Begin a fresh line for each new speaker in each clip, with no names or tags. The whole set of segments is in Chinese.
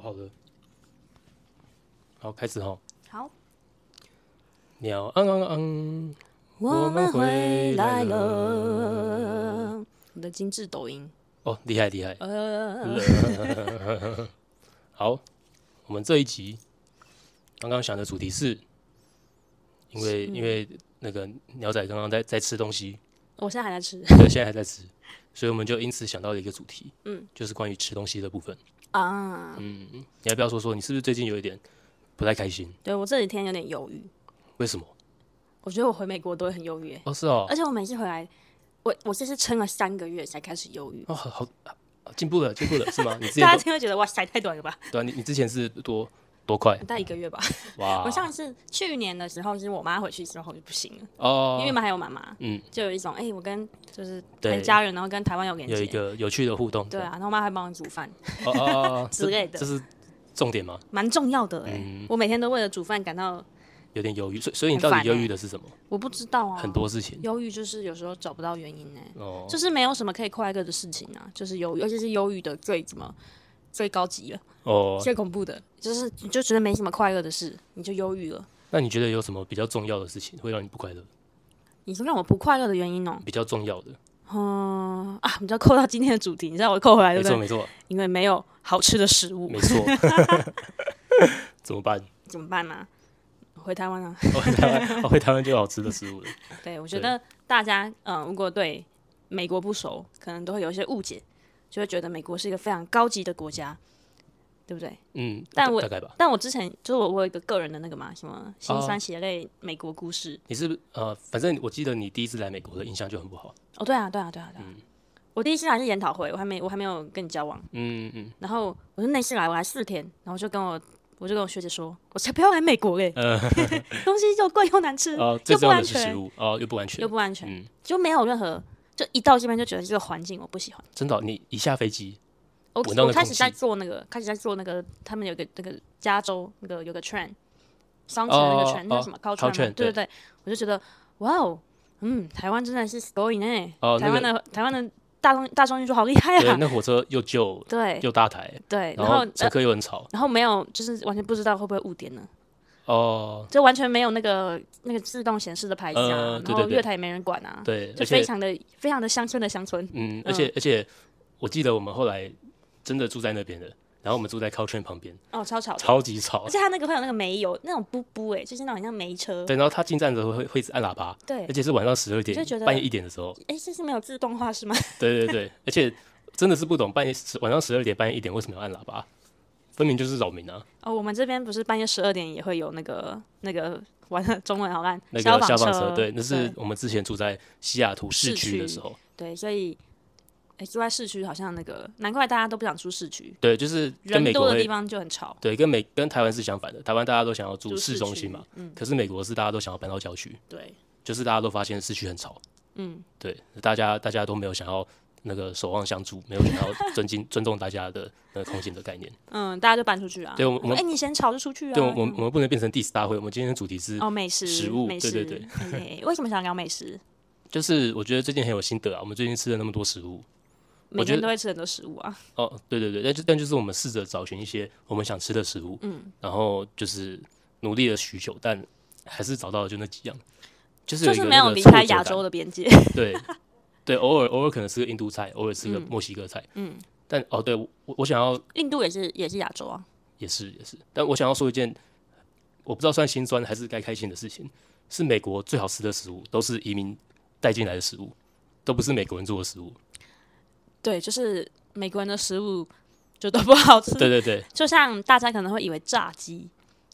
好了，好，开始哈。
好，
鸟嗯昂昂昂，
我
们
们
回
回
来
来
了
了。我的精致抖音，
哦，厉害厉害。嗯
呃，
好，我们这一集刚刚想的主题是，因为因为那个鸟仔刚刚在在吃东西，
我现在还在吃
对，现在还在 吃，所以我们就因此想到了一个主题，嗯，就是关于吃东西的部分。
啊。
嗯，你要不要说说你是不是最近有一点不太开心？
对我这几天有点忧郁，
为什么？
我觉得我回美国都会很忧郁欸，
哦，是哦，
而且我每次回来，我我这是撑了三个月才开始忧郁。
哦，好好啊进步了，进步了是吗？你之前
大家
多
听会觉得哇塞，太短了吧？
对啊，你你之前是多多快
大概一个月吧。
哇？
我上次去年的时候，就是我妈回去之后就不行了，因
哦
为，原本还有妈妈，
嗯，
就有一种哎、我跟就是
对
跟家人，然后跟台湾有连
有一
接，
个有趣的互动，
对啊，然后我妈还帮我煮饭，
哦，哦哦 哦
之类的
这这是重点吗？
蛮重要的哎、
嗯
我每天都为了煮饭感到
有点犹豫，所以所以你
很
到底
烦
犹
欸
豫的是什么？
我不知道啊，
很多事情
忧郁就是有时候找不到原因呢、
哦，
就是没有什么可以快乐的事情啊，就是忧郁，尤其是忧郁的最怎么最高级了，
哦，
最恐怖的，就是你就觉得没什么快乐的事，你就忧郁了。
那你觉得有什么比较重要的事情会让你不快乐？
你说让我不快乐的原因哦、
比较重要的，
嗯啊，你知道扣到今天的主题，你知道我扣回来对
没
不
错
哎
没
对？
错
因为没有好吃的食物，
没 错，怎么办？
怎么办呢、回台湾啊！
哦回台湾，哦回台湾就有好吃的食物了。
对，我觉得大家，嗯，如果对美国不熟，可能都会有一些误解，就会觉得美国是一个非常高级的国家，对不对？
嗯，
但
大
我
大概吧。
但我之前就是我我有一个个人的那个嘛，什
哦
么心酸血泪美国故事。
你是不是呃，反正我记得你第一次来美国的印象就很不好。
哦，对啊，对啊，对啊，对啊。我第一次来是研讨会，我还没我还没有跟你交往，
嗯嗯
然后我就那次来我来四天，然后就跟我我就跟我学姐说，我才不要来美 国嘞，东西又贵又难吃，
嗯，呃哦，最
又不
重要
安
的是食
全，
物哦，又不安全
又。不安全，
嗯
就没有任何，就一到这边就觉得这个环境我不喜欢。
真的哦，你一下飞机，
我
闻到那
我开
空
始
气
在做那个，开始在做那个，他们有个那个加州那个有个 train，商城那个
哦
train 叫
哦
什么高
高
train
圈
吗？对对对，我就觉得哇哦，嗯，台湾真的是 going 哎、
哦
台湾的台湾的大众大众运输好厉害
对，
啊，
那火车又旧
对
又大台，
对，
然
然后
后乘
呃
客又很吵。
然后没有，就是完全不知道会不会误点呢，
哦，
就完全没有那个那个自动显示的牌子
呃
啊，
对
然
对
后
对
月台也没人管啊，
对，
就
而
非
且
常的非常的乡村的乡村，
嗯，而且而且我记得我们后来真的住在那边的，然后我们住在 Caltrain 旁边，
哦，超吵的，
超级吵
而。且它那个会有那个煤油那种布布哎，就是那种很像煤车，
对，然后他进站的时候会会一直按喇叭，
对
而且是晚上十二点
就觉，得
半夜一点的时候，
哎，这是没有自动化是吗？
对对对，而且真的是不懂半夜10晚上十二点半夜一点为什么要按喇叭，分明就是扰民啊！
哦，我们这边不是半夜十二点也会有那个那个玩的中文好烂，
那
消
个
防
消防车，对，那是
对
我们之前住在西雅图市
市
区的
区
时候，
对所以哎、住在市区好像那个，难怪大家都不想住市区，
对，就是跟
人
美
多
国
的地
会。
方就很吵。
对，跟美跟台湾是相反的。台湾大家都想要住
住
市
市
中
区嗯
心嘛，可是美国是大家都想要搬到郊区，
对，
就是大家都发现市区很吵，
嗯，
对，大家大家都没有想要那个守望相助，没有想要尊敬 尊重大家的那个空间的概念。
嗯，大家就搬出去啊。
对我们我们
哎、你嫌吵就出去啊。
对，我们我们不能变成 diss 大会。我们今天的主题是，
哦，美食
食物
美
对对
食，
对
哎。 哎哎为什么想聊美食？
就是我觉得最近很有心得啊，我们最近吃了那么多食物。
每
觉得
天都会吃很多食物啊。
哦，对对对，但就但就是我们试着找寻一些我们想吃的食物，嗯，然后就是努力了许久，但还是找到了就那几样，就是有一
就是
个
没有
那个
离
挫
开
折
亚
感
洲的 边界，
对对，偶尔偶尔可能吃个印度菜，偶尔吃个墨西哥菜，嗯，但哦，对我我想要
印度也是也是亚洲啊。
也是也是，但我想要说一件，我不知道算心酸还是该开心的事情，是美国最好吃的食物都是移民带进来的食物，都不是美国人做的食物。
对，就是美国人的食物就都不好吃。
对对对，
就像大家可能会以为炸鸡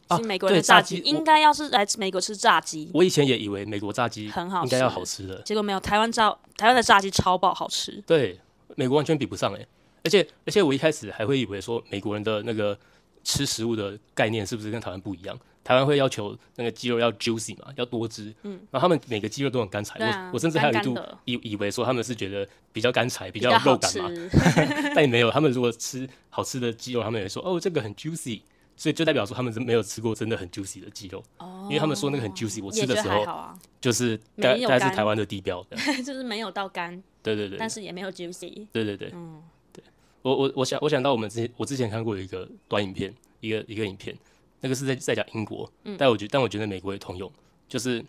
啊
是美国人
对
的炸
炸
鸡，
鸡我
应该要是来美国吃炸鸡，
我以前也以为美国炸鸡
很好
应该要
吃
好吃的，
结果没有。台湾炸台湾的炸鸡超爆好吃，
对，美国完全比不上哎、而且而且我一开始还会以为说美国人的那个吃食物的概念是不是跟台湾不一样？台湾会要求那个鸡肉要 juicy 嘛，要多汁，嗯，然后他们每个鸡肉都很干柴，
对啊
我我甚至还有一
干
度
干的
以以为说他们是觉得比较干柴，比较
较
有肉
好
感
吃。
嘛， 但没有，他们如果吃好吃的鸡肉，他们也会说哦这个很 juicy。所以就代表说他们是没有吃过真的很 juicy 的鸡肉，因为他们说那个很 juicy，我吃
哦也觉
的
得
时
还
候
好啊，
就是大
没有
大概是
干
台湾的地标，
就是没有到干，
对对对，
但是也没有 juicy。
对对对，
嗯，
对，我我我想我想到我们之前我之前看过一个短影片，一个一个影片，那个是在在讲英国，但我觉但我觉得美国也通用，就是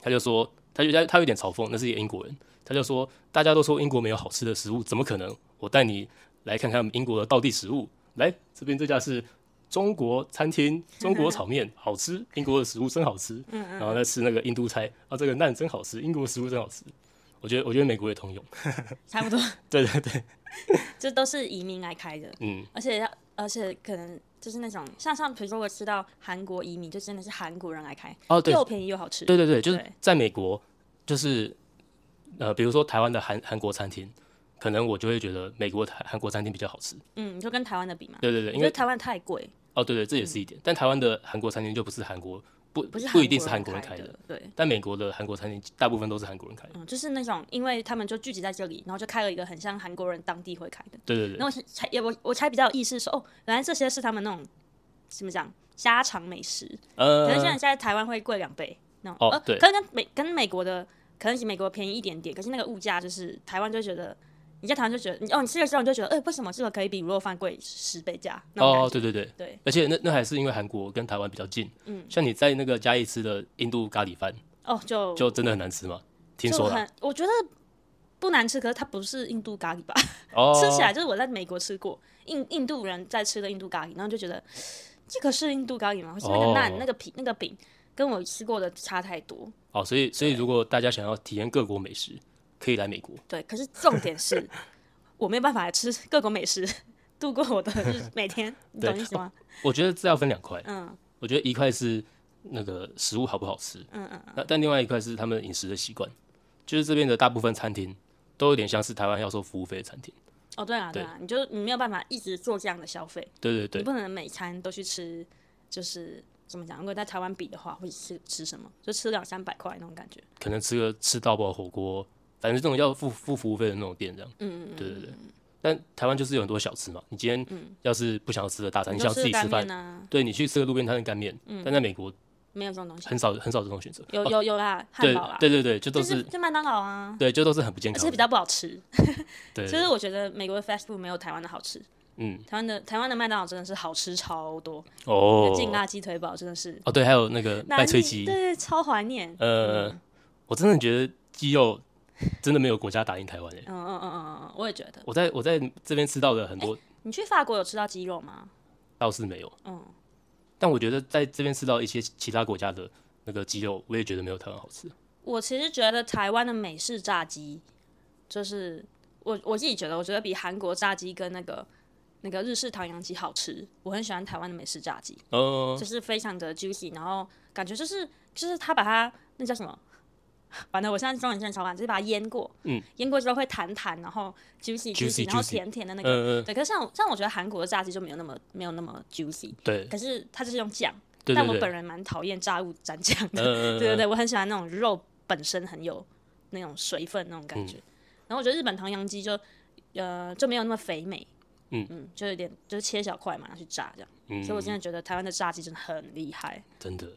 他就说他就他他有点嘲讽，那是一个英国人，他就说大家都说英国没有好吃的食物，怎么可能？我带你来看看英国的道地食物，来这边这家是。中国餐厅，中国炒面好吃，英国的食物真好吃。然后再吃那个印度菜，啊，这个蛋真好吃，英国食物真好吃。我觉得，我觉得美国也通用。
差不多，
对对对，
这都是移民来开的，
嗯，
而且要而且可能就是那种像像比如说我吃到韩国移民，就真的是韩国人来开，
哦对
又便宜又好吃，
对对对，就是
对
在美国，就是呃，比如说台湾的韩韩国餐厅，可能我就会觉得美国台韩国餐厅比较好吃。
嗯，你就跟台湾的比嘛，
对对对，因
因为
为
台湾太贵，
哦对对，这也是一点。但台湾的韩国餐厅就不是韩国，不
不是
一定是
韩
韩国人开
开
的，，
对。
但美国的韩国餐厅大部分都是韩国人开的。
嗯，就是那种，因为他们就聚集在这里，然后就开了一个很像韩国人当地会开的，
对对对
然后我才才也我我才比较有意识说，哦，原来这些是他们那种怎么讲家常美食，可能现在
呃，
在台湾会贵两倍，那种
哦
呃
对
可能跟美跟美国的可能比美国便宜一点点，可是那个物价就是台湾就觉得。你在台湾就觉得，你哦，你吃了之后你就觉得，哎、为什么这个可以比卤肉饭贵十倍价？那种感
哦对
觉
对对
对，
而且那那还是因为韩国跟台湾比较近。嗯，像你在那个嘉义吃的印度咖喱饭，
哦，就
就真的很难吃吗？听
就
说了
很，我觉得不难吃，可是它不是印度咖喱吧？
哦，
吃起来就是我在美国吃过印印度人在吃的印度咖喱，然后就觉得 这个是印度咖喱吗？是那个蛋、
哦
那个皮、那个饼，跟我吃过的差太多。
哦，所以所以如果大家想要体验各国美食，可以来美国。
对，可是重点是 我没有办法吃各国美食，度过我的日 每天，你懂
对
意思 吗？
我觉得这要分两块，
嗯
我觉得一块是那个食物好不好吃，
嗯嗯，
那但另外一块是他们饮食的习惯，就是这边的大部分餐厅都有点像是台湾要收服务费的餐厅。
哦对啊对啊，你就你没有办法一直做这样的消费，
对对
你
对，
不能每餐都去吃，就是怎么讲？如果在台湾比的话，会吃吃什么？就吃两三百块那种感觉。
可能吃个吃到饱火锅，反正这种要付付服务费的那种店这样。嗯嗯对对对。但台湾就是有很多小吃嘛，你今天要是不想要吃的大餐，
嗯你
呃你想
就
自
吃
己吃
干
饭
面，啊，
对你去吃个路边摊的干面，但在美国
没有这种东西。
很少很少这种选择。
有
哦
有有啦，汉
对
堡啦，啊
对对对，就都
就是就麦当劳啊，
对，就都是很不健
而
康
且
的。
比较不好吃。
对，
其实我觉得美国的 fast food 没有台湾的好吃，
嗯，
台湾的台湾的麦当劳真的是好吃超多，
哦，
劲辣鸡腿堡真的是
哦，对，还有那个
难
麦
以
脆鸡，
对，超怀念。嗯
呃，我真的觉得鸡肉真的没有国家打赢台湾诶、
嗯嗯嗯嗯嗯，我也觉得。
我在我在这边吃到的很多
你去法国有吃到鸡肉吗？
倒是没有，
嗯，
但我觉得在这边吃到一些其他国家的那个鸡肉，我也觉得没有台湾好吃。
我其实觉得台湾的美式炸鸡，就是我我自己觉得，我觉得比韩国炸鸡跟那个那个日式唐扬鸡好吃。我很喜欢台湾的美式炸鸡。
呃，
就是非常的 juicy，然后感觉就是就是他把它那叫什么？ 反正我现在中文现炒饭，就是把它腌过，
嗯，
腌过之后会弹弹，然后 juicy
Juicy，
然后
juicy
甜甜的那个。
呃，
对，可是像像我觉得韩国的炸鸡就没有那么没有那么 juicy，
对
可是它就是用酱，
对
但我
对
本
对，
人蛮讨厌炸物沾酱的。
呃，
对对对，我很喜欢那种肉本身很有那种水分那种感
嗯
觉。然后我觉得日本唐扬鸡就呃就没有那么肥美，
嗯
嗯，就有点就是切小块嘛，然后去炸这样。
嗯
所以我真的觉得台湾的炸鸡真的很厉害，
真的，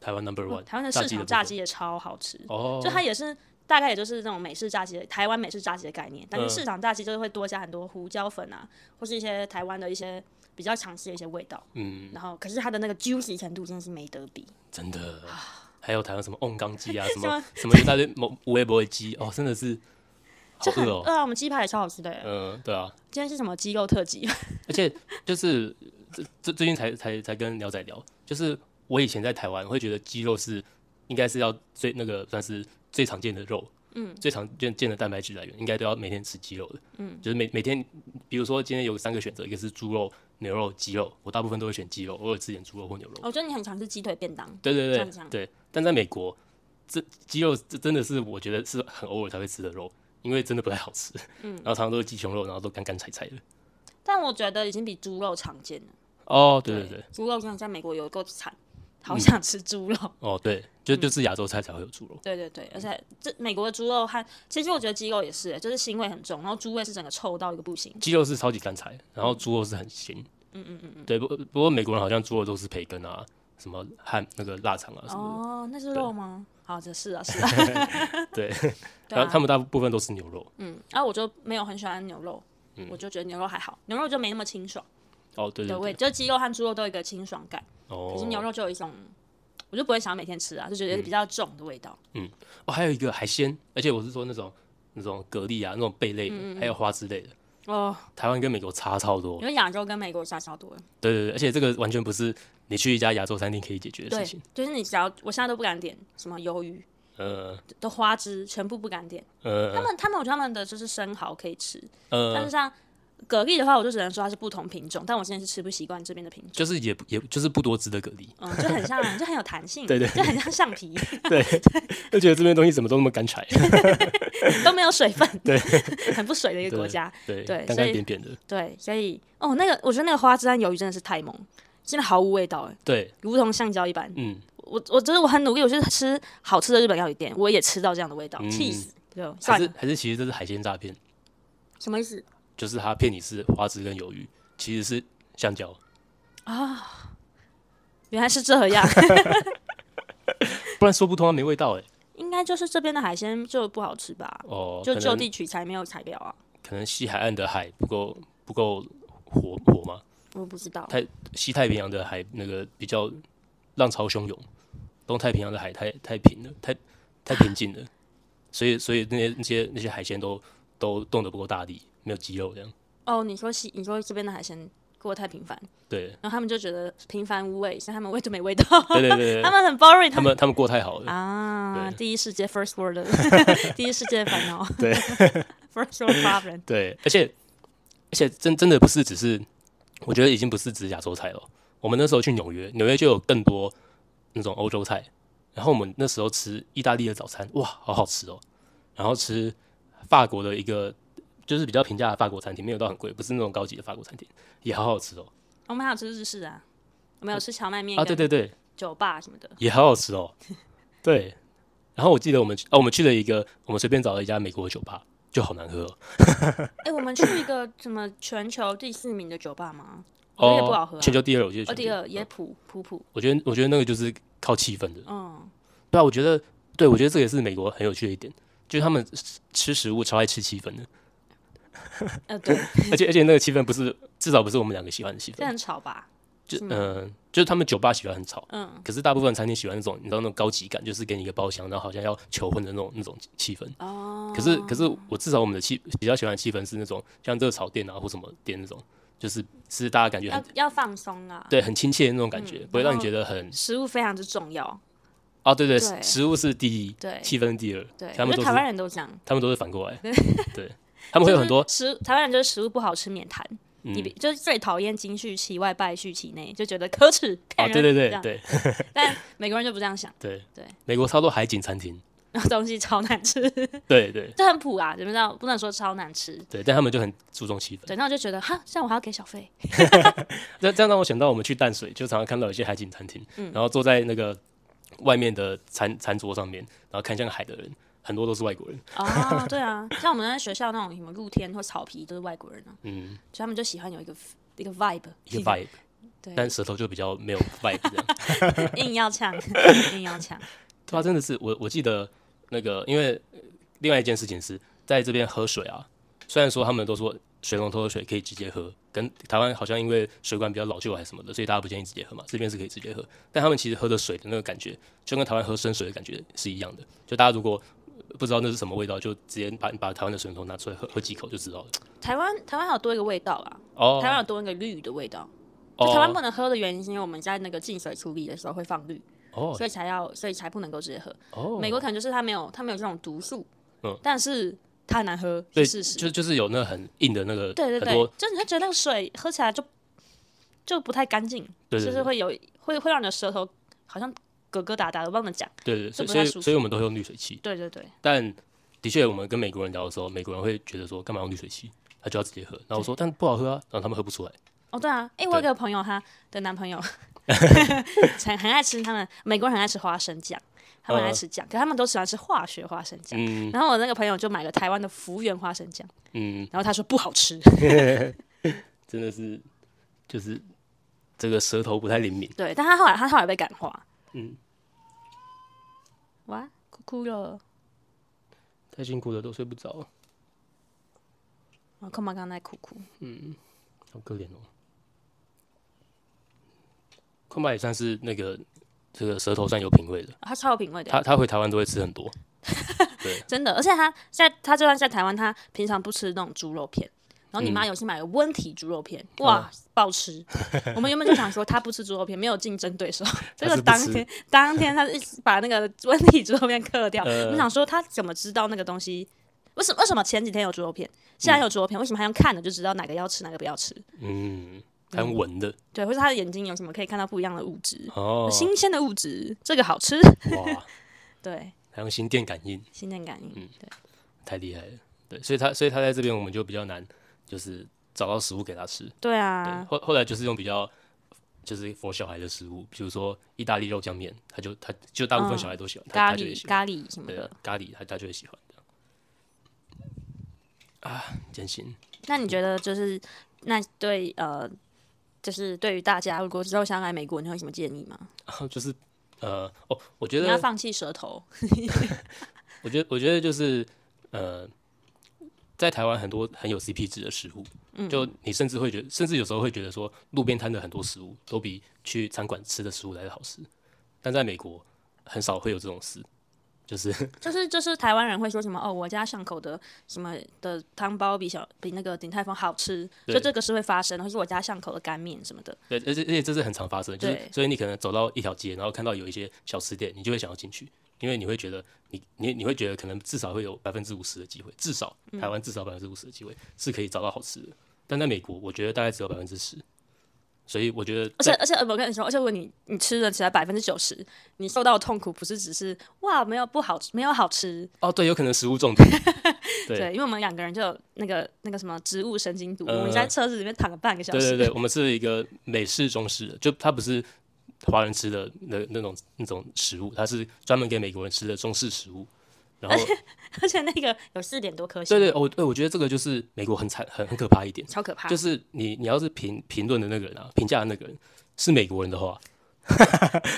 台湾 number one，
台湾的
哦炸
市
鸡
场
number
炸
one
鸡也超好吃，
哦，
就它也是大概也就是那种美式炸鸡的台湾美式炸鸡的概念，但是
嗯
市场炸鸡就是会多加很多胡椒粉啊，或是一些台湾的一些比较常吃的一些味道，
嗯，
然后可是它的那个 juicy 程度真的是没得比，
真的。还有台湾什么瓮缸鸡啊，什么
么
什么一大堆某无微博的鸡哦，真的是好
就很
饿
饿
哦。
啊，我们鸡排也超好吃的耶，
嗯、对啊，
今天是什么鸡肉特辑？
而且就是这这最近才才才跟鸟仔聊，就是我以前在台湾会觉得鸡肉是应该是要最那个算是最常见的肉，嗯，最常见见的蛋白质来源，应该都要每天吃鸡肉的，嗯，就是每每天，比如说今天有三个选择，一个是猪肉、牛肉、鸡肉，我大部分都会选鸡肉，偶尔吃点猪肉或牛肉，
我觉得你很常吃鸡腿便当，
对对
这
对
样这样
对，但在美国，这鸡肉这真的是我觉得是很偶尔才会吃的肉。因为真的不太好吃，嗯， 然后常常都是鸡胸肉，然后都干干柴柴的。
但我觉得已经比猪肉常见了，
哦，对对对，，嗯
猪肉真的在美国有够惨，好想吃猪肉。
哦，对，就
嗯
就是亚洲菜才会有猪肉。
对对对，而且这美国的猪肉和其实我觉得鸡肉也是，欸就是腥味很重，然后猪味是整个臭到一个不行。
鸡肉是超级干柴，然后猪肉是很咸。嗯嗯嗯对，不不过美国人好像猪肉都是培根啊，什么汉那个腊肠啊什么
哦，那是肉吗？好，这是啊是啊，
的。对，
对
然
啊
后。他们大部分都是牛肉。
嗯，然后我就没有很喜欢牛肉，我就觉得牛肉还好，牛肉就没那么清爽
哦，对对
的
对，
味，就鸡肉和猪肉都有一个清爽感，
哦，嗯
可是牛肉就有一种，我就不会想每天吃啊，就觉得比较重的味道。
哦，还有一个海鲜，而且我是说那种那种蛤蜊啊，那种贝类的，还有花之类的，
哦，
台湾跟美国差超多。
嗯因为亚洲跟美国差超多了。
对对对，而且这个完全不是你去一家亚洲餐厅可以解决的
对
事情。，
就是你只要我现在都不敢点什么鱿鱼
呃
的花枝，全部不敢点。他
呃
们他们有他们的就是生蚝可以吃，但
呃，
是像蛤蜊的话，我就只能说它是不同品种，但我现在是吃不习惯这边的品种。
就是也不也就是不多汁的蛤蜊，
嗯，就很 像，就很有弹性，
对对
就很像橡皮，
就觉得这边东西怎么都那么干 柴。
都没有水 分，对，很不水的一个国家，
对
对
干
所
干
以
扁扁的。
对，所以哦，那个我觉得那个花枝和鱿鱼真的是太萌，真的毫无味道，哎，
对，
如同橡胶一般。
嗯，
我我真的我很努力，我去吃好吃的日本料理店，我也吃到这样的味道，
嗯
气死，就
还
算
是
了，
还是其实这是海鲜诈骗，
什么意思
就是他骗你是花枝跟鱿鱼，其实是香蕉。
原来是这样，
不然说不通，它没味道哎、
应该就是这边的海鲜就不好吃吧，
哦，
就
可
就
能
地取材，没有材料啊，
可能西海岸的海不够不够活活吗？
我不知道。
太西太平洋的海那个比较浪潮汹涌，东太平洋的海太太平了，太太平静了，所以所以那些那些那些海鲜都都冻得不够大力，没有肌肉这样。
哦，你说西，你说这边的海鲜过得太平凡，
对
然后他们就觉得平凡无味，所以他们味就没味道，
对对 对对，
他们很 boring，
他们他们过太好了，
啊，
对
第一世界 first world，的第一世界烦恼，
对
first world problem，
对，而且而且真真的不是只是，我觉得已经不是只是亚洲菜了。我们那时候去纽约，纽约就有更多那种欧洲菜。然后我们那时候吃意大利的早餐，哇，好好吃哦。然后吃法国的一个，就是比较平价的法国餐厅，没有到很贵，不是那种高级的法国餐厅，也好好吃哦。
我们还有吃日式啊，我们有吃荞麦面
啊，对对
跟
对，
酒吧什么的，
也好好吃 哦。对。然后我记得我们去哦，我们去了一个，我们随便找了一家美国的酒吧，就好难喝、哦。
哎，我们去一个什么全球第四名的酒吧吗？我觉得也不好喝
哦
啊，，
全球第二，我记得
哦，
全球
第二也普普普，
我觉得，我觉得那个就是靠气氛的。
嗯，
对啊，我觉得，对我觉得这也是美国很有趣的一点，就是他们吃吃食物超爱吃气氛的，
呃，对，
而 且而且那个气氛不是至少不是我们两个喜欢的气
这
氛，
很吵吧？
就
吗
嗯、呃就是他们酒吧喜欢很吵，
嗯，
可是大部分餐厅喜欢那种你知道那种高级感，就是给你一个包厢，然后好像要求婚的那种那种气氛。
哦，
可是可是我至少我们的气比较喜欢的气氛是那种像热炒店啊或什么店那种，就是是大家感觉
要
很
要放松啊，
对很亲切的那种感觉，
嗯
不会让你
然后
觉得很
食物非常之重要，
啊对对，
对
食物是第一，
对
气氛是第二，
对，
他
我
们都
觉得
是
台湾人都这样，
他们都是反过来， 对他们会有很多
就是食台湾人就是食物不好吃免谈，
嗯
你比就是最讨厌金续其外败絮其内，就觉得可耻
啊，
骗人、
对对
这
对
样
对
但美国人就不这样想，
对
对，
美国超多海景餐厅，
然后东西超难吃，
对对
就很普啊，怎么样？不能说超难吃。
对，但他们就很注重气氛。
对，那我就觉得哈，这样我还要给小费，
那这样让我想到，我们去淡水就常常看到有些海景餐厅，
嗯
然后坐在那个外面的餐餐桌上面，然后看向海的人，很多都是外国人。
哦，对啊，像我们在学校那种什么露天或草皮都是外国人啊，
嗯，
就他们就喜欢有一个一个 vibe，
一个 vibe，
对，
但舌头就比较没有 vibe 这样。
硬要呛，硬要呛，
对啊，真的是我我记得那个，因为呃另外一件事情是在这边喝水啊，虽然说他们都说水龙头的水可以直接喝，跟台湾好像因为水管比较老旧还是什么的，所以大家不建议直接喝嘛，这边是可以直接喝，但他们其实喝的水的那个感觉，就跟台湾喝生水的感觉是一样的，就大家如果呃不知道那是什么味道，就直接把把台湾的水龙头拿出来喝喝几口就知道了。
台湾台湾还有多一个味道啊，
哦，
台湾有多一个绿的味道。就
哦
台湾不能喝的原因，是因为我们在那个净水处理的时候会放氯，
哦
所以才要，所以才不能够直接喝。
哦，
美国可能就是它没有，它没有这种毒素，
嗯
但是它很难喝
对，
是事实。
就就是有那很硬的那个，
对对
很多
对，就是你会觉得那个水喝起来就就不太干净，
对对
就是会有会会让你的舌头好像疙疙瘩瘩的，我帮你讲。
对对，所
就
以
不
所
太
以
舒服
所以我们都会用滤水器。
对对对，
但的确，我们跟美国人聊的时候，美国人会觉得说，干嘛用滤水器？他就要直接喝。然后我说，但不好喝啊，然后他们喝不出来。
哦对啊，哎、我有个朋友，她的男朋 友很 很爱吃他们美国人很爱吃花生酱，他们很爱吃酱，可他们都喜欢吃化学花生酱。
嗯
然后我那个朋友就买了台湾的福源花生酱，
嗯，
然后他说不好吃，
真的是，就是这个舌头不太灵敏。
对，但他后来他后来被感化，
嗯，
哇，哭哭了，
太辛苦了，都睡不着。
然后空哦巴刚在哭哭，
好可怜哦。空白也算是那个这个舌头算有品味的，
啊他超有品味的，
他他回台湾都会吃很多。
真的。而且他在他就算在台湾，他平常不吃那种猪肉片。然后
嗯
你妈有去买了温体猪肉片，哇，爆吃！我们原本就想说他不吃猪肉片，没有竞争对手。这
是
个
不
当
吃
天当天他是把那个温体猪肉片 克掉。
呃
我们想说他怎么知道那个东西？为什么为什么前几天有猪肉片，现在有猪肉片，为什么他用看的就知道哪个要吃，哪个不要吃？
嗯，还用闻的
对，或者他的眼睛有什么可以看到不一样的物质，
哦，
新鲜的物质，这个好吃。
哇， 嗯
对，
还用心电感应，
心电感应。
太厉害了。对，所以他所以他在这边我们就比较难，就是找到食物给他吃。
对
对，
啊，
后后来就是用比较就是佛小孩的食物，比如说意大利肉酱面，他就他就大部分
嗯
小孩都喜欢，他
咖
他就会喜欢。
喱咖喱什么
对
的
啊。，咖喱他他就会喜欢这样。啊，艰辛。
那你觉得就是那对呃，就是对于大家如果之后想来美国，你会有什么建议吗？
然后就是呃，哦，我觉
你要
得，
放弃舌头，
我觉得，我觉得就是呃，在台湾很多很有 CP 值的食物，
嗯
就你甚至会觉得，甚至有时候会觉得说，路边摊的很多食物都比去餐馆吃的食物来的好吃，但在美国很少会有这种事，就是
就是就是台湾人会说什么哦，我家巷口的什么的汤包比小比那个鼎泰丰好吃，
对
就这个是会发生的，或是我家巷口的干面什么的。
对，而且而且这是很常发生的，就是
对
所以你可能走到一条街，然后看到有一些小吃店，你就会想要进去，因为你会觉得你你你会觉得可能至少会有百分之五十的机会，至少
嗯
台湾至少百分之五十的机会是可以找到好吃的，但在美国我觉得大概只有百分之十，所以我觉得
而且而且呃我跟你说，而且如果你你吃了起来百分之九十，你受到的痛苦不是只是哇没有不好吃，没有好吃，
哦对，有可能食物中 毒，对
对，因为我们两个人就有那个那个什么植物神经毒，
呃
我们在车子里面躺了半个小
对
时，
对对，我们是一个美式中式的，就它不是华人吃的那那种那种食物，它是专门给美国人吃的中式食物，然 后
而且那个有四点多颗星，
对对，我对我觉得这个就是美国很惨很很可怕一点。
超可怕，
就是你你要是评评论的那个人啊，评价的那个人是美国人的话，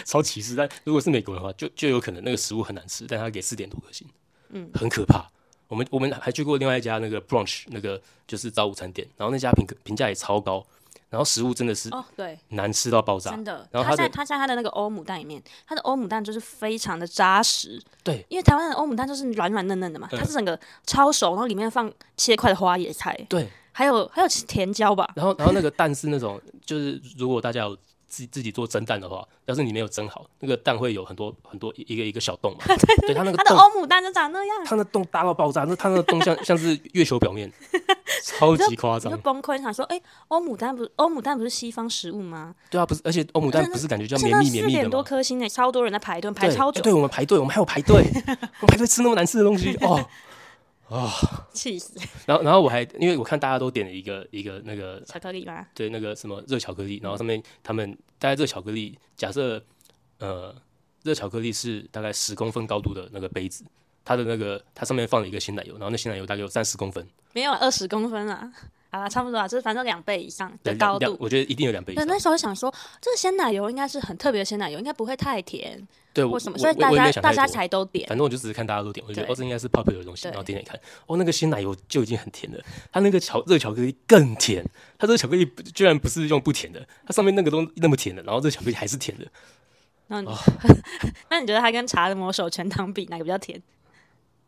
超歧视。但如果是美国人的话，就就有可能那个食物很难吃，但他给四点多颗星，嗯，很可怕。我们我们还去过另外一家那个 brunch 那个就是早午餐店，然后那家评评价也超高，然后食物真的是
哦，对，
难吃到爆炸，
真的。
然后它
它在
的
它在它的那个欧姆蛋里面，它的欧姆蛋就是非常的扎实。
对，
因为台湾的欧姆蛋就是软软嫩嫩的嘛，
嗯
它是整个超熟，然后里面放切块的花野菜，
对，
还有还有甜椒吧。
然后，然后那个蛋是那种，就是如果大家有自自己做蒸蛋的话，要是你没有蒸好，那个蛋会有很多很多一个一个小洞 嘛。对，它那个
它的
洞，
欧姆蛋就长那样，
它那洞大到爆炸，那它那个洞像像是月球表面， 超级夸
你就
张。
崩溃，想说，哎、欧姆蛋不是欧姆蛋不是西方食物吗？
对啊，不是，而且欧姆蛋不是感觉叫
而且
绵
那
密
四
绵密
点
的
多
吗？
颗星呢，超多人在排队，排
对，
超
哎
久，
对我们排队，我们还有排队，我们排队吃那么难吃的东 西哦。
气死！
然后，然后我还因为我看大家都点了一个一个那个
巧克力吗？
对那个什么热巧克力，然后上面他们大概热巧克力，假设呃热巧克力是大概十公分高度的那个杯子，它的那个它上面放了一个鲜奶油，然后那鲜奶油大概有三十公分，
没有二十公分啊，好啦，差不多啊，就是反正两倍以上的
对两
高
两
度。
我觉得一定有两倍以
对，
上。
那时候想说，这个鲜奶油应该是很特别的鲜奶油，应该不会太甜
对，
或
我
什么，
我
所以
我
大
我也没
家
想
大
太
家
多
才都点。
反正我就只是看大家都点，我就觉得
对
哦这应该是 popular 的东西，
对
然后点点看，哦那个鲜奶油就已经很甜了，它那个巧热巧克力更甜，它这个巧克力不居然不是用不甜的，它上面那个都那么甜的，然后这个巧克力还是甜的，
那
哦
你、 那你觉得它跟茶的魔手全糖比哪个比较甜？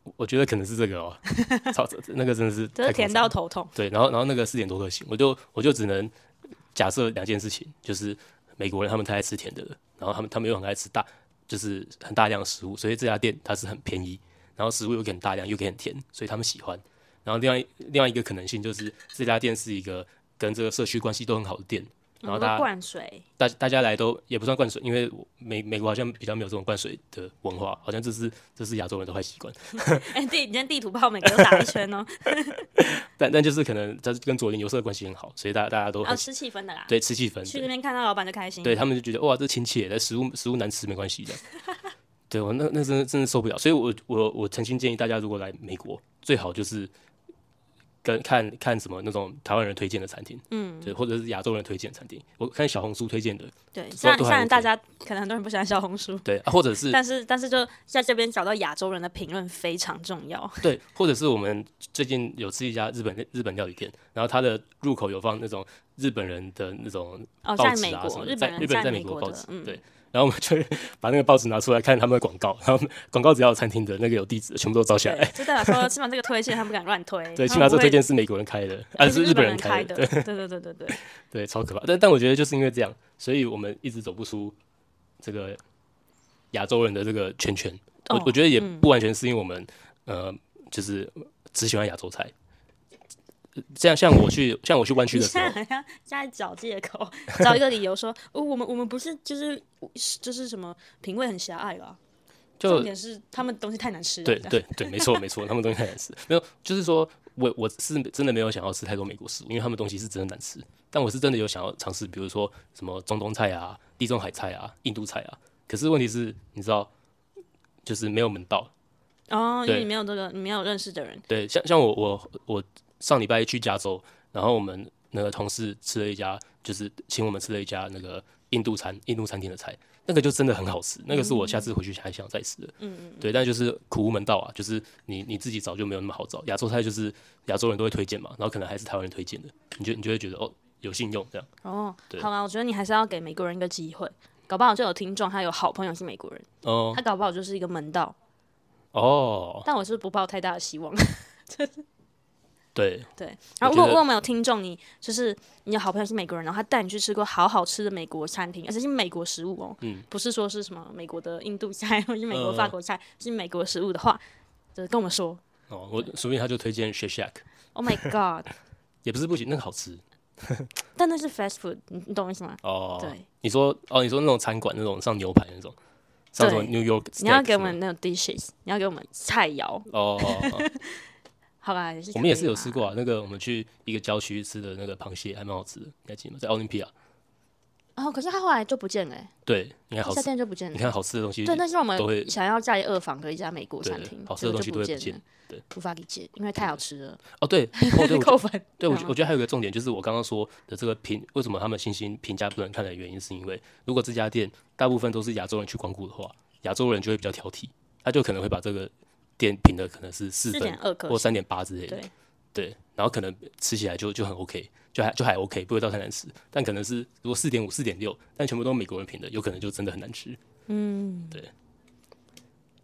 我我觉得可能是这个哦， 操，这那个真的是
就
太
是
夸
甜
张
到
了
头痛。
对，然后然后那个四点多颗星，我就我就只能假设两件事情，就是美国人他们太爱吃甜的了，然后他们他们又很爱吃大，就是很大量的食物，所以这家店它是很便宜，然后食物又给很大量，又给很甜，所以他们喜欢。然后另外一另外一个可能性就是这家店是一个跟这个社区关系都很好的店，然后
我们
大家
灌水，
大大家来都也不算灌水，因为我美美国好像比较没有这种灌水的文化，好像这是这是亚洲人的坏习惯。
哎、地你今天地图炮每个都打一 圈哦，
但但就是可能它跟左邻右舍的关系很好，所以大家大家都
要
很、
吃哦气氛的啦。
对吃气氛，
啊去
对
那边看到老板就开心。
对他们就觉得哇，这亲切，但食物食物难吃没关系的。 对我那那真的真的受不了，所以我我我曾经建议大家，如果来美国，最好就是跟看看什么那种台湾人推荐的餐厅，嗯，对，或者是亚洲人推荐的餐厅，我看小红书推荐的，
对，
都
虽然
都
虽
还
然大
OK
家可能很多人不喜欢小红书，
对，啊、或者是
但是但是就在这边找到亚洲人的评论非常重要。
对，或者是我们最近有吃一家日本日本料理店，然后它的入口有放那种日本人的那种
哦，
报
在
纸
美
啊什
国，
么的，
日
在
本
日
人
本人在
美
国
的
报纸，，
嗯，
对。然后我们就 把那个报纸拿出来看他们的广告，然后广告只要有餐厅的那个有地址，全部都照下来
对。，就代表说起码这个推荐他们不敢乱推，
对，
他
起码
们不
这推
会
荐是美国人开的，啊
哎就是日
日本
人
人
开
的，
对对对对对，
对，超可怕。但但我觉得就是因为这样，所以我们一直走不出这个亚洲人的这个圈圈。
哦
我我觉得也不完全是因为我们、呃，就是只喜欢亚洲菜。这样像我去像我去湾区
你
的时
现
候
在，好像在找借口，找一个理由说，哦，我们我们不是就是就是什么品味很狭隘啦，重
就
点是他们东西太难吃了，
对
这样，
对对，没错没错，他们东西太难吃。没有，就是说我我是真的没有想要吃太多美国食物，因为他们东西是真的难吃。但我是真的有想要尝试，比如说什么中东菜啊、地中海菜啊、印度菜啊。可是问题是，你知道，就是没有门道，
哦，因为
对
你没有这个，你没有认识的人，
对，像像我我我上礼拜去加州，然后我们那个同事吃了一家，就是请我们吃了一家那个印度餐印度餐厅的菜，那个就真的很好吃，那个是我下次回去还想再吃的。嗯嗯。对，但就是苦无门道啊，就是你你自己找就没有那么好找。亚洲菜就是亚洲人都会推荐嘛，然后可能还是台湾人推荐的，你就你就会觉得哦有信用这样。
哦，
对
好啦，我觉得你还是要给美国人一个机会，搞不好就有听众他有好朋友是美国人，
哦
他搞不好就是一个门道，
哦，
但我是不抱太大的希望。
对，
对，
我
然后如
觉
果
得
如果我们有听众，你就是你的好朋友是美国人，然后他带你去吃过好好吃的美国餐厅，而且是美国食物哦，
嗯
不是说是什么美国的印度菜或者是美国
嗯
法国菜，是美国食物的话，就是跟我们说
哦，我说不定他就推荐 Shake Shack，
，Oh my God，
也不是不行，那个好吃
但那是 fast food，你你懂我意思吗？
哦。
对，
你说哦，你说那种餐馆那种上牛排那种，上什么
对
New York，
你要
steak
给我
什么
们那种 dishes，你要给我们菜肴，
哦，哦哦
好吧？也是
我们也
可
是
以
有
啦
吃过啊。那个我们去一个郊区吃的那个螃蟹还蛮好吃的，你还记得吗？在奥林匹亚，
哦，可是他后来就不见了欸，
对，你哎看好
这家
吃，
店就不见
你
了。
看好吃的东西，
对，但是我
都会
们想要在二房的一家美国餐
对
厅，
好吃
结
的东
果就
西
不
都会不
见
见
了，
对
无法理解，因为太好吃了，
哦对，哦对，我觉
扣分。
对我觉
嗯
我觉得还有一个重点就是我刚刚说的这个评，为什么他们星星评价不能看的原因，是因为如果这家店大部分都是亚洲人去光顾的话，亚洲人就会比较挑剔，他就可能会把这个店评的可能是四
四
分
点二颗
或
星，
三点八之类的，
对，
对，然后可能吃起来就就很 OK，就还就还 OK，不会到太难吃。但可能是如果四点五、四点六，但全部都是美国人品的，有可能就真的很难吃。嗯，对。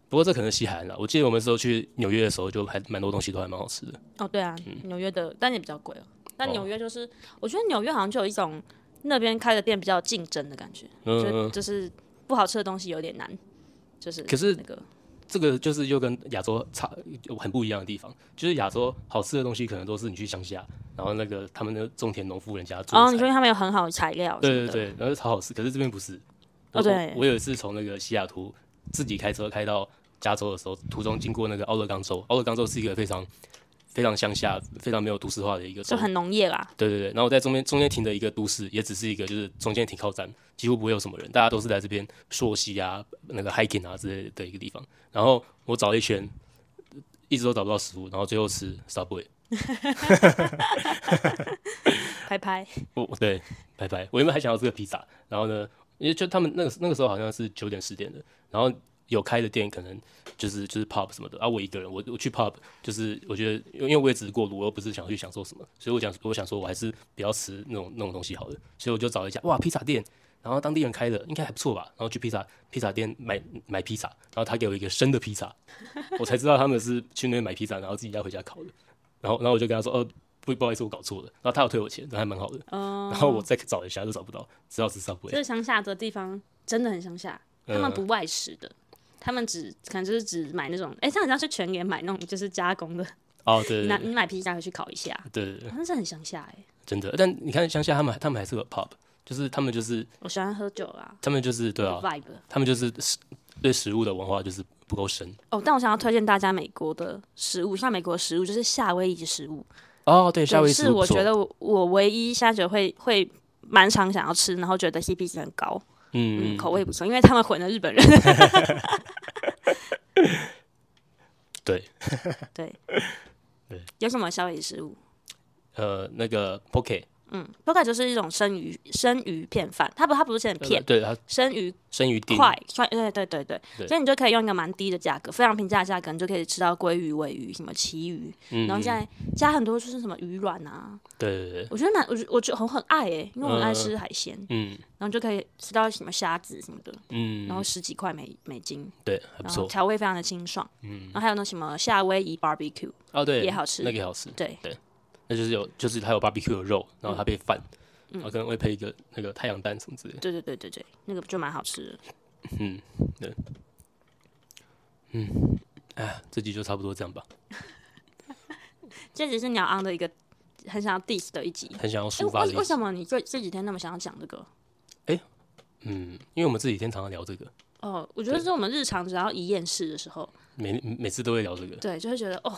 不过这可能是西海岸了。我记得我们那时候去纽约的时候，就还蛮多东西都还蛮好吃的。
哦对啊，纽约的，但也比较贵哦。但
嗯哦
纽约就是，我觉得纽约好像就有一种那边开的店比较竞争的感觉，
嗯
就
嗯，
就是不好吃的东西有点难，就是
可是嗯
那个
这个就是又跟亚洲差有很不一样的地方，就是亚洲好吃的东西可能都是你去乡下，然后那个他们的种田农夫人家做
哦，
的
你
菜，
说他们有很好的材料，
对对，对，然后超好吃。可是这边不是。
哦
我
对
我有一次从那个西雅图自己开车开到加州的时候，途中经过那个奥勒冈州，奥勒冈州是一个非常非常乡下、非常没有都市化的一个州
就。很农业啦，
对对对，然后我在中间中间停的一个都市，也只是一个就是中间停靠站，几乎不会有什么人，大家都是在这边溯溪啊、那个 hiking 啊之类的一个地方。然后我找了一圈，一直都找不到食物，然后最后吃 Subway。
拍拍，
我我对，拜拜。我原本还想要这个披萨，然后呢，因为就他们那个那个时候好像是九点十点的，然后有开的店可能就是就是 pub 什么的啊。我一个人，我我去 pub 就是我觉得，因为我也只是过路，我又不是想去享受什么，所以我想我想说我还是不要吃那种那种东西好了，所以我就找了一家哇披萨店。然后当地人开的应该还不错吧，然后去披萨披萨店买买披萨，然后他给我一个生的披萨，我才知道他们是去那边买披萨，然后自己要回家烤的。然后然后我就跟他说，哦，不不好意思，我搞错了。然后他有退我钱，那还蛮好的。然后我再找一下都找不到，只好吃 Subway。
就是乡下的地方真的很乡下，他们
呃
不外食的。他们只可能就是只买那种，哎、这样好像去全联买那种就是加工的，
哦，对
你
对
拿你买披萨回去烤一下，
对对对，
真是很乡下哎、
真的。但你看乡下他们，他们还是个 pub，就是他们就是
我喜欢喝酒啦、
他们就是对啊，
vibe。
他们就是食对食物的文化就是不够深。
哦，但我想要推荐大家美国的食物，像美国的食物就是夏威夷食物，
哦，对，夏威夷
对
食
是
物
我
不错
觉，得我我唯一现在觉得会会蛮常想要吃，然后觉得 CP 值很高，嗯，
嗯，
口味不错，因为他们混了日本人。
对，
对
对，
有什么夏威夷食物？
呃那个 poke，
嗯 p o k a 就是一种生鱼生鱼片饭，它不它不是现在片，
呃对它
生鱼
生鱼丁，
块，算对对对对，
对
所以你就可以用一个蛮低的价格，非常平价的价格，你就可以吃到鲑鱼、尾鱼、什么旗鱼，
嗯，
然后
嗯
现在加很多就是什么鱼卵啊，
对对对，
我觉得蛮我觉我觉得我很爱诶、因为我
呃
很爱吃海鲜，
嗯
然后就可以吃到什么虾子什么的，然后
嗯，
十几块美美金，
对，还不
然后
错
调味非常的清爽，嗯，然后还有那什么夏威夷 barbecue，
哦，对，
也好吃
那个也好吃，
对，
那就是有就是它有 barbecue 的肉，然后它配饭，
嗯
然后可能会配一个那个太阳蛋什么之类的，
对对对对对，那个就蛮好吃的。
嗯，对，嗯，哎，这集就差不多这样吧，
这集是鸟昂的一个很想要 diss 的一集。
很想要
哎，
抒发
为
的
为
意思，
什么你这这几天那么想要讲这个？
嗯，因为我们这几天常常聊这个，
哦，我觉得是我们日常只要一厌世的时候，
每每次都会聊这个，
对，就会觉得哦，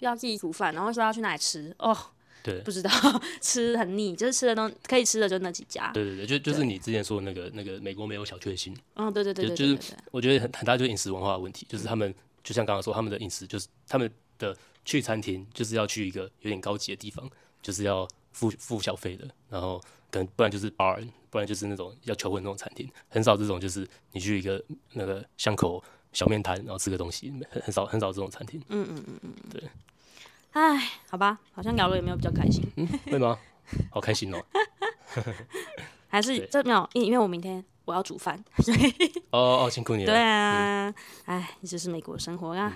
要自己煮饭，然后说要去哪里吃，哦，
对
不知道， 吃很腻，就是吃的东可以吃的就那几家。
对对对，就就是你之前说的那个那个美国没有小确幸，
嗯，对对对
就
对
就
对
是
对对。
我觉得很很大就是饮食文化的问题，就是他们就像刚刚说，他们的饮食就是他们的去餐厅就是要去一个有点高级的地方，就是要付付小费的，然后可能不然就是 bar，不然就是那种要求婚那种餐厅，很少这种就是你去一个那个巷口小面摊然后吃个东西，很很少很少这种餐厅，
唉，好吧，好像聊了也没有比较开心，
嗯，会吗？好开心哦！
还是
对
这没有，因因为我明天我要煮饭，
哦哦，辛苦你了。
对
嗯
啊，唉，这就是美国生活啊。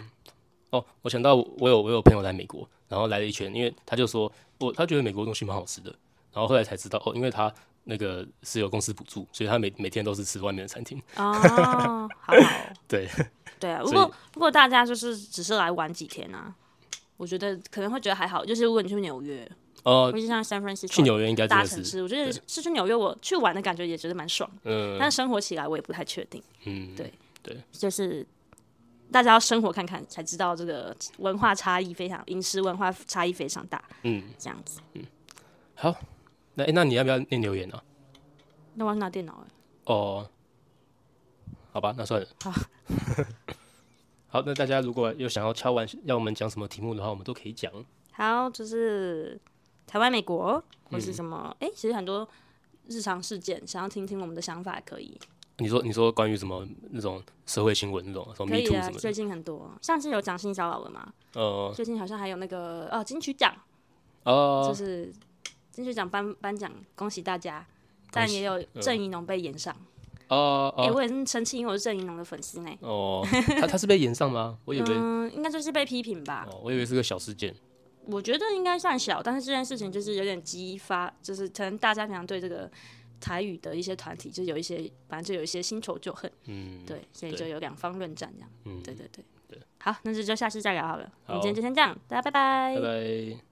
哦，我想到我有我有朋友来美国，然后来了一圈，因为他就说我他觉得美国东西蛮好吃的，然后后来才知道哦，因为他那个是由公司补助，所以他每每天都是吃外面的餐厅。
哦，好好，
嗯 对，
对啊。如
所以
果如果大家就是只是来玩几天啊，我觉得可能会觉得还好。就是如果你去纽约，
哦
或，者像 San Francisco
去纽约应该真
大
的
城
是，
市，我觉得是去纽约，我去玩的感觉也觉得蛮爽，
嗯
但生活起来我也不太确定。
嗯，
对
对
就是大家要生活看看才知道这个文化差异非常，饮食文化差异非常大，
嗯，
这样子。
好，那诶哎那你要不要念留言呢、
那我要拿电脑哎、
哦，好吧，那算了。 好，那大家如果有想要敲完要我们讲什么题目的话，我们都可以讲。
好，就是台湾、美国或
嗯
是什么？哎、其实很多日常事件，想要听听我们的想法也可以，
你说你说关于什么那种社会新闻那种什么
可
哦 Me
以
Too
啊。
什么的，
最近很多，上次有讲性骚扰文嘛？
呃
最近好像还有那个哦，金曲奖，
哦，
就是金曲奖颁颁奖，恭喜大家。但也有郑怡农被延上，
嗯哦
哎、
哦
我也是生气，因为我是郑怡农的粉丝呢。
哦，他他是被延上吗？我以为、
嗯，应该就是被批评吧。
哦，我以为是个小事件。
我觉得应该算小，但是这件事情就是有点激发，就是可能大家平常对这个台语的一些团体，就有一些，反正就有一些新仇旧恨，
嗯，
对，所以
对
就有两方论战这样。
嗯，
对对对。好，那这就下次再聊好了。
好
我们今天就先这样，大家拜
拜拜。